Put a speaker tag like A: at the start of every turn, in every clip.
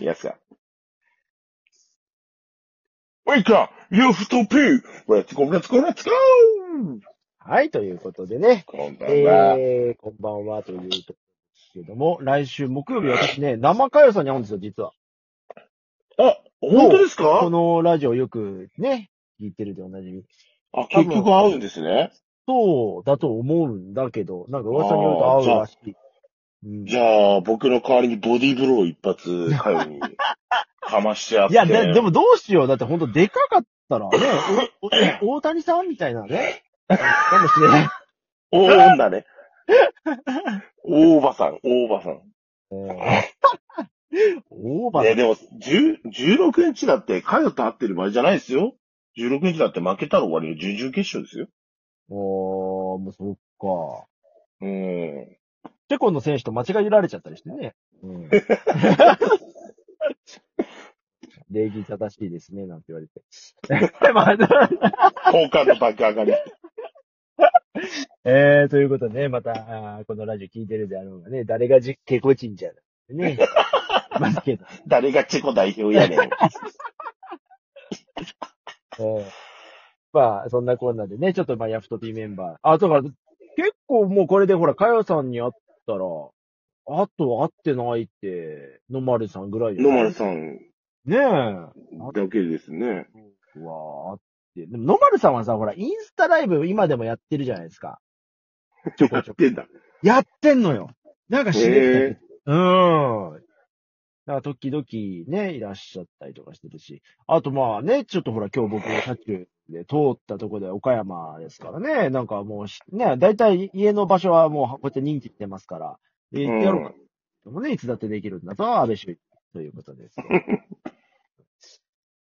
A: やつが。ウェイカー !You f to P!Let's go, let's go, let's go!
B: はい、ということでね。
A: こんばんは。
B: えー、こんばんはというところですけども、来週木曜日私ね、生かよさんに会うんですよ、実は。
A: あ、本当です
B: こ
A: か
B: のラジオよくね、聞いてるでおなじみ。
A: あ、結局会うんですね。
B: そうだと思うんだけど、なんか噂によると会うらしい。うん
A: じゃあ、僕の代わりにボディーブロー一発、かよ に、かましてやって。
B: いや、ででもどうしよう。だってほんとでかかっ たらね、おおえ大谷さんみたいなね。かも しれない。
A: 大女 ね。大場さん、大場さん。
B: オーバ
A: いや、
B: ー。
A: でも、10 16日だって、かよと会ってる場合じゃないですよ。16日だって負けたら終わりの準々決勝ですよ。
B: おー、もうそっか。
A: うん。
B: チェコの選手と間違えられちゃったりしてね。うん。 礼儀正しいですね、なんて言われて。 まあ
A: 好感度爆上がり。
B: えー、ということでね、また、あーこのラジオ聞いてるであろうがね、誰がじ、ケコチンじゃなくて ね。ますけど。
A: 誰がチェコ代表やねん。
B: えーまあ、そんなこんなでね、ちょっとまあ、ヤフトピーメンバー。あ、だから、結構もうこれでほら、かよさんに会ったら、あと会ってないって、のまるさんぐらいじ ゃ
A: 野
B: ない
A: 丸さん
B: ねえ。
A: だけですね。
B: うわあって。でも、のまるさんはさ、ほら、インスタライブ今でもやってるじゃないですか。ちょこちょこ。
A: でんだ。
B: やってんのよ。なんか
A: へ
B: 知れ
A: え
B: てた。うん。だから、時々ね、いらっしゃったりとかしてるし。あと、まあね、ちょっとほら、今日僕、車中で通ったとこで岡山ですからね。なんかもうし、ね、だいたい家の場所はもう、こうやって人気ってますから。で、行ってやろうかなでもね、いつだってできるんだとは、安倍首相ということですよ。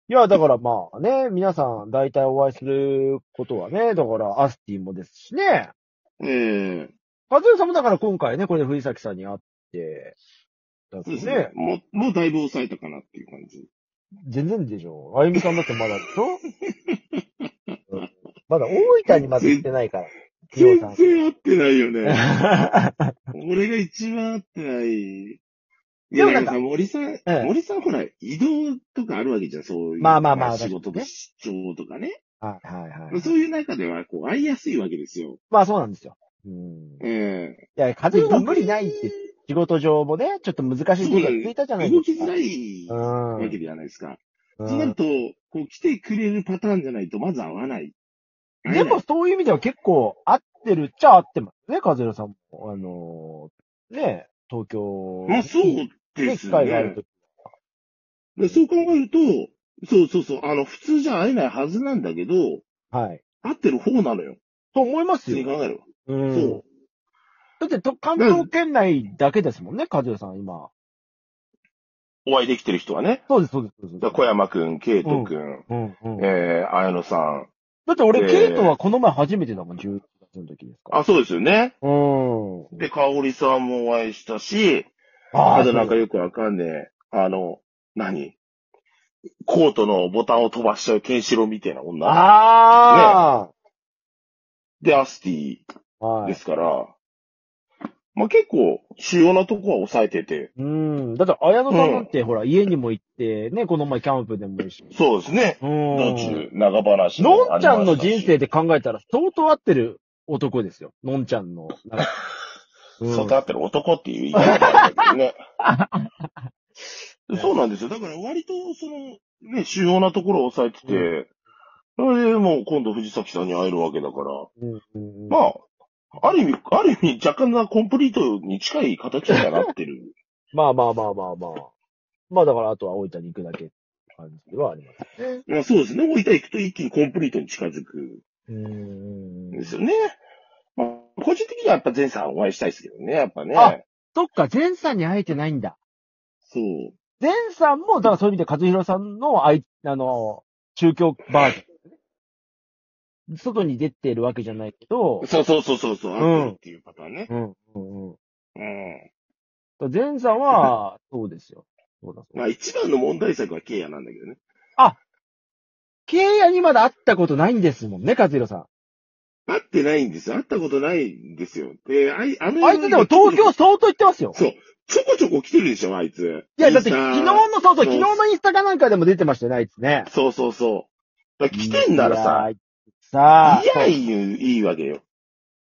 B: いや、だからまあね、皆さん大体お会いすることはね、だからアスティもですしね、
A: うん。ええ
B: 和ズさんもだから今回ね、これで藤崎さんに会って、だって
A: そうです
B: ね
A: ね。、もう、もうだいぶ抑えたかなっていう感じ。
B: 全然でしょ。あゆみさんだってまだでしょうんまだ大分にまで行ってないから、ひよ
A: 全
B: さん。
A: 然合ってないよ ね。 俺が一番合ってない。い
B: で
A: や、
B: も
A: な
B: なん
A: ん
B: か
A: かさ、森さん、
B: ええ
A: 森さんほら、移動とかあるわけじゃん、そういう。
B: まあまあまあ
A: 仕事
B: 確かに
A: の
B: ね
A: 出張とかね。
B: はいはいはい。
A: そういう中では、こう、会いやすいわけですよ。
B: まあそうなんですよ。うん。い
A: ええ
B: や、和ズさん無理ないって、仕事上もね、ちょっと難しい手がついたじゃない
A: 動
B: で
A: き
B: すか
A: づ。らいわ
B: うん。
A: けじゃないですか。
B: うん
A: そうなると、こう、来てくれるパターンじゃないと、まず会わない。
B: でも、そういう意味では結構合ってるっちゃ合ってますね、和弘さんも。あのーね、東京
A: まあ、そうで
B: ね
A: す
B: 機
A: ね。
B: 会があると。
A: でそう考えると、そうそうそう、あの、普通じゃ会えないはずなんだけど、
B: はい。
A: 会ってる方なのよ。
B: と思います
A: 普通に
B: よ。
A: 考えれば。
B: うん。
A: そう。
B: だってと、関東圏内だけですもんね、和弘さん、今。
A: お会いできてる人はね。
B: そうです、そうです、そうで
A: だ
B: す。
A: 小山くん、ケイトくん、
B: うん、うん。だ
A: えー、綾野さん。
B: って俺、
A: えー
B: ケイトはこの前初めてだもん、11月の時ですから。
A: あ、そうですよね。
B: うん。
A: で、香織さんもお会いしたし、
B: あ
A: あ
B: あ、
A: となんか
B: そう
A: よくわかんねえ、あの、何コートのボタンを飛ばしちゃうケンシロウみたいな女。
B: あ
A: で、アスティ
B: あ、は
A: で
B: い。
A: すから、まあ、結構、主要なとこは抑えてて、
B: うん。だって、綾野さんなんて、ほら、家にも行って、ね、この前キャンプでも一緒に。
A: そうですね。
B: うん。
A: 道中、長話も
B: の
A: あ
B: ん
A: りましたし
B: ちゃんの人生で考えたら相当合ってる男ですよ。のんちゃんの。なんかう ん
A: そうだってる男っていう言い方なんだけどね。そうなんですよ。だから割と、その、ね、主要なところを抑えてて、それでもう今度藤崎さんに会えるわけだから、
B: うんうんうん
A: まあ、ある意味、ある意味若干なコンプリートに近い形にはなって る。
B: まあまあまあまあまあ。まあだからあとは大分に行くだけって感じではあります。
A: まあそうですね。大分行くと一気にコンプリートに近づく
B: うん
A: んですよね。まあ、個人的にはやっぱ前さんお会いしたいですけどね、やっぱね。
B: あそっか、前さんに会えてないんだ。
A: そう。
B: 前さんも、だからそういう意味で和弘さんのあい、あの、宗教バージョンですね。外に出てるわけじゃないけど、
A: そうそうそうそうそう、
B: うん
A: あってるっていうパターンね。
B: うん、うん、う
A: う
B: ん。
A: ん。
B: だから前さん は、そうですよ。そうだそうだ
A: まあ一番の問題作はケイヤなんだけどね。
B: 経営にまだ会ったことないんですもんね、和弘さ
A: 会ってないんですよ。会ったことないんですよ。で、あい、あ
B: ん。
A: の、
B: あいつでも東京相当行ってますよ。
A: そう。ちょこちょこ来てるでしょ、あいつ。
B: いや、だって
A: インス
B: 昨
A: タ
B: 日の、そうそう、
A: そ
B: 昨
A: う
B: 日のインスタかなんかでも出てましたよね、あいつね。
A: そうそうそう。だから来てんならさ、
B: いや。さあ、
A: いや、いい、いいわけよ。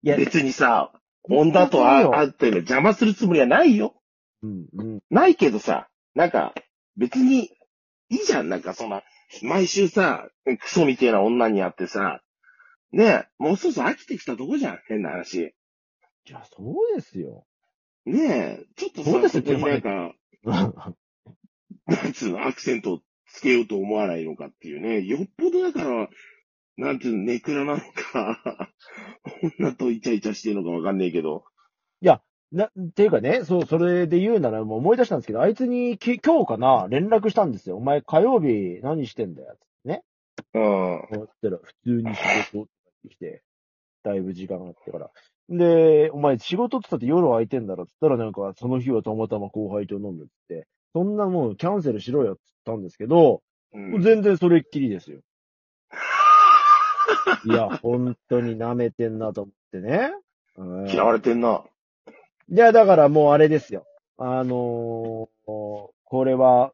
B: いや、
A: 別にさ、女と
B: いいよ
A: あ会ってね、邪魔するつもりはないよ。
B: うん、うん。
A: ないけどさ、なんか、別に、いいじゃん、なんかそんな、毎週さ、クソみてえな女に会ってさ、ねえ、もうそろそろ飽きてきたとこじゃん、変な話。
B: いや、そうですよ。
A: ねえ、ちょっと
B: そう
A: さ、
B: ですよ
A: そこになんか、なんつうの、アクセントをつけようと思わないのかっていうね、よっぽどだから、なんていうの、ネクラなのか、女とイチャイチャしてるのかわかんねえけど、
B: な、っていうかね、そう、それで言うなら、もう思い出したんですけど、あいつにき今日かな、連絡したんですよ。お前火曜日何してんだよ。
A: うん、
B: 終わったら普通に仕事ってきて、だいぶ時間があってから。で、お前仕事って言ったって夜空いてんだろって言ったらなんか、その日はたまたま後輩と飲むってって、そんなもんキャンセルしろよって言ったんですけど、
A: うん。
B: 全然それっきりですよ。いや、本当に舐めてんなと思って ね。うん
A: 嫌われてんな。
B: いや、だからもうあれですよ。あのーこれは、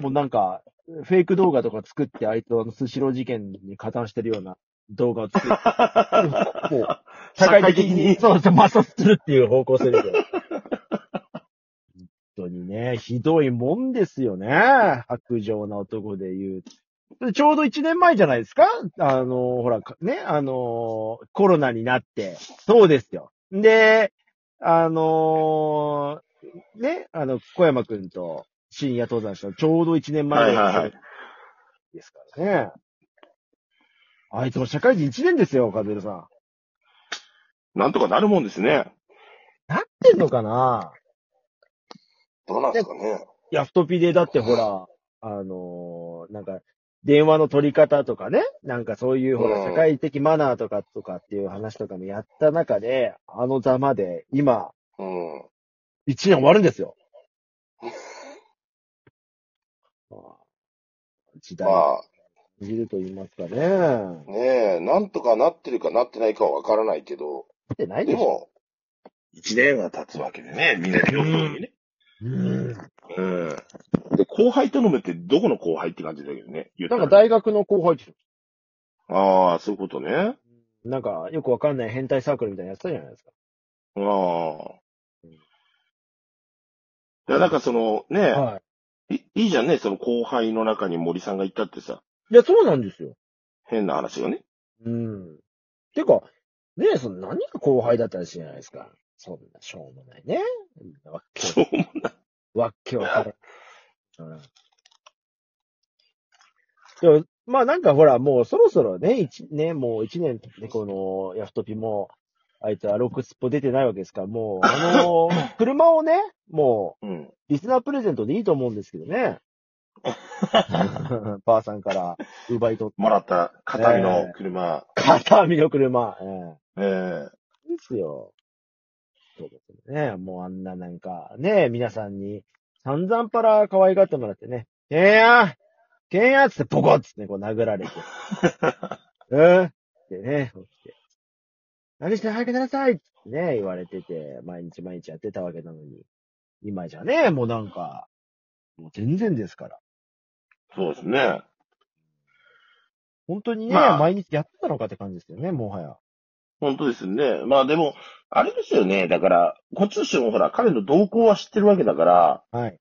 B: もうなんか、フェイク動画とか作って、あいつはあのスシロー事件に加担してるような動画を作って、 もう、社会的に、そうそう、摩擦するっていう方向性です よ。本当にね、ひどいもんですよね。白状な男で言う。でちょうど1年前じゃないですかあのー、ほら、かね、あのー、コロナになって。そうですよ。で、あのー、ね、あの、小山くんと深夜登山したのちょうど1年前
A: はいはいはい
B: ですからね。あいつも社会人1年ですよ、カズルさん。
A: なんとかなるもんですね。
B: なってんのかな
A: どうなんですかね。
B: ヤフトピでだってほら、あのーなんか、電話の取り方とかね、なんかそういうほら、
A: うん
B: 社会的マナーとかとかっていう話とかもやった中で、あのざまで、今、
A: うん。
B: 1年終わるん ですよ。まあ時代を
A: まあ、
B: 感じると言いますかね。な
A: ねえ、なんとかなってるかなってないかはわからないけど、
B: ってないで
A: で
B: しょ。
A: も、一年は経つわけでね、みんな平等にね。
B: うん
A: うん。で、後輩と飲むってどこの後輩って感じだけどね。言った
B: なん
A: ら
B: か大学の後輩でしょ。
A: ああ、そういうことね。
B: なんか、よくわかんない変態サークルみたいなやつだじゃないですか。
A: ああ。いや、なんかその、ね、
B: はい
A: いいじゃんね、その後輩の中に森さんがいたってさ、
B: い。いや、そうなんですよ。
A: 変な話がね。
B: うん。てか、ねえ、その何が後輩だったらしいじゃないですか。そんな、しょうもないね。わっけ
A: そう思
B: わ、わっけわからん。うん。でも、まあなんかほら、もうそろそろね、一ね、もう一年でこの、ヤフトピも、あいつはロクスポ出てないわけですから、もう、あの ー車をね、も
A: う。うん。
B: う、リスナープレゼントでいいと思うんですけど ね。ばあさんから奪い取っ
A: もらった、片身の車。
B: た。片身の車。ええ
A: ええ
B: ですよ。そうですね。もうあんななんか、ね、皆さんに散々パラ可愛がってもらってね、けんやけんやっつってポコッつってね、こう殴 られて。うんってね、起きて。何して早くならさいっつってね、言われてて、毎日毎日やってたわけなのに。今じゃね、もうなんか、もう全然ですから。
A: そうですね。
B: 本当にね、
A: まあ
B: 毎日やってたのかって感じですよね、もはや。
A: 本当ですね。まあでも、あれですよね。だから、こっちの人もほら、彼の動向は知ってるわけだから、
B: はい。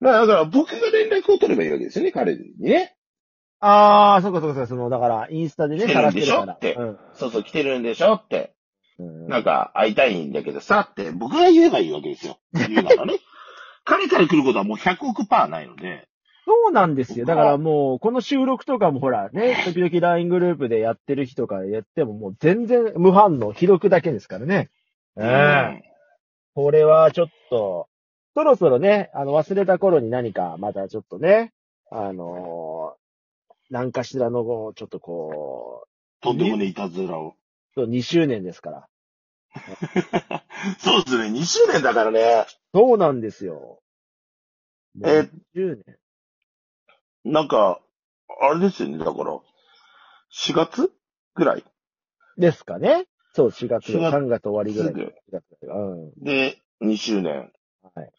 A: まあだから僕が連絡を取ればいいわけですよね、彼にね。
B: あー、そうかそうかそうか、その、だから、インスタでね、
A: 来て
B: さ
A: る
B: ら
A: ん
B: して
A: で
B: る
A: しょ
B: から。
A: って
B: うん
A: そうそう、来てるんでしょって。
B: うん
A: なんか、会いたいんだけどさって、僕が言えばいいわけですよ。言うならね。 彼から来ることはもう100億パーないので。
B: そうなんですよ。
A: 僕
B: だ
A: は
B: からもう、この収録とかもほら、ね、 時々 LINE グループでやってる日とかやってももう全然無反応、記録だけですからね。うん。これはちょっと、そろそろね、あの、忘れた頃に何か、またちょっとね、あのー何かしらの、こうちょっとこ
A: とんでもねえいたずらを。
B: う、2周年ですから。
A: そうですね、2周年だからね。
B: そうなんですよ。
A: え、
B: 10年。
A: なんか、あれですよね、だから、4月ぐらい
B: ですかね。そう、4月、
A: 4月
B: 3月終わりぐらい。
A: すぐ
B: 4月うん。
A: で、2周年。
B: はい。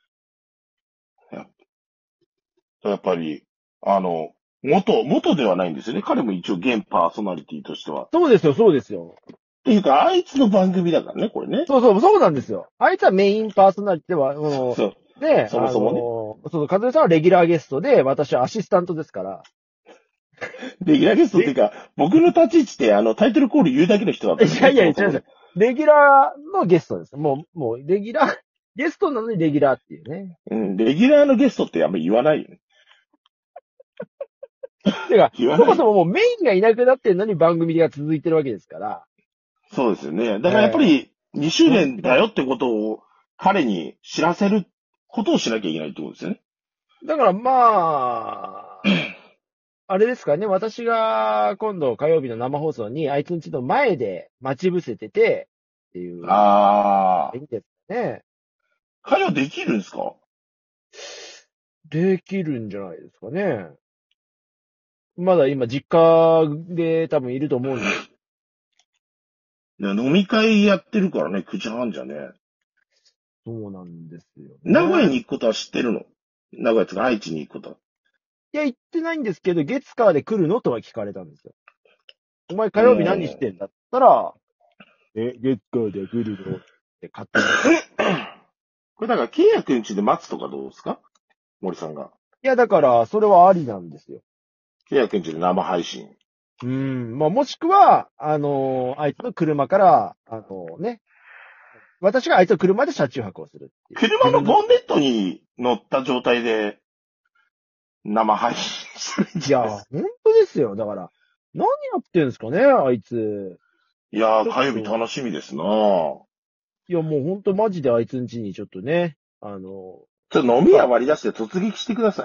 A: やっぱり、あの、元、元ではないんですよね。彼も一応現パーソナリティとしては。っ
B: そうですよ、そうですよ。
A: ていうか、あいつの番組だからね、これね。
B: そうそう、そうなんですよ。あいつはメインパーソナリティでは、あの、
A: そう。
B: ね、
A: そもそもね
B: あの、そう、かずえさんはレギュラーゲストで、私はアシスタントです から。
A: レギュラーゲストっていうか、僕の立ち位置って、あの、タイトルコール言うだけの人だったんですね
B: い やいや違う違う。レギュラーのゲストです。もう、もう、レギュラー、ゲストなのにレギュラーっていうね。
A: うん、レギュラーのゲストってあんまり言わないよね。
B: てか、
A: 言わな
B: そ
A: い
B: もそももうメインがいなくなってるのに番組が続いてるわけですから。
A: そうですよね。だからやっぱり、2周年だよってことを、彼に知らせることをしなきゃいけないってことですよね。
B: だか らまあ、あれですかね、私が今度火曜日の生放送にあいつんちの前で待ち伏せてて、っていう。
A: あ
B: いいんですかね。
A: あ。彼はできるんですか
B: できるんじゃないですかね。まだ今実家で多分いると思 うんで。
A: いや飲み会やってるからね、9時半じゃね。
B: そうなんですよ、
A: 名古屋に
B: い
A: 行くことは知ってるの名古屋とか愛知に行くことは。
B: や、行ってないんですけど、月火で来るのとは聞かれたんですよ。お前火曜日何してんだったら、え、月火で来るのって勝手に
A: これだから、契約んちで待つとかどうですか森さんが。
B: いや、だから、それはありなんですよ。
A: 契約んちで生配信。
B: うん。まあ、もしくは、あのーあいつの車から、あのーね、私があいつの車で車中泊をするっていう。
A: 車のボンネットに乗った状態で、生配信するん
B: い
A: じゃ
B: や、
A: ないですか
B: 本当ですよ。だから、何やってんですかね、あいつ。
A: いやー、火曜日楽しみですなぁ。
B: いや、もう本当マジであいつん家にちょっとね、あの
A: ちょっと飲み屋割り出して突撃してください。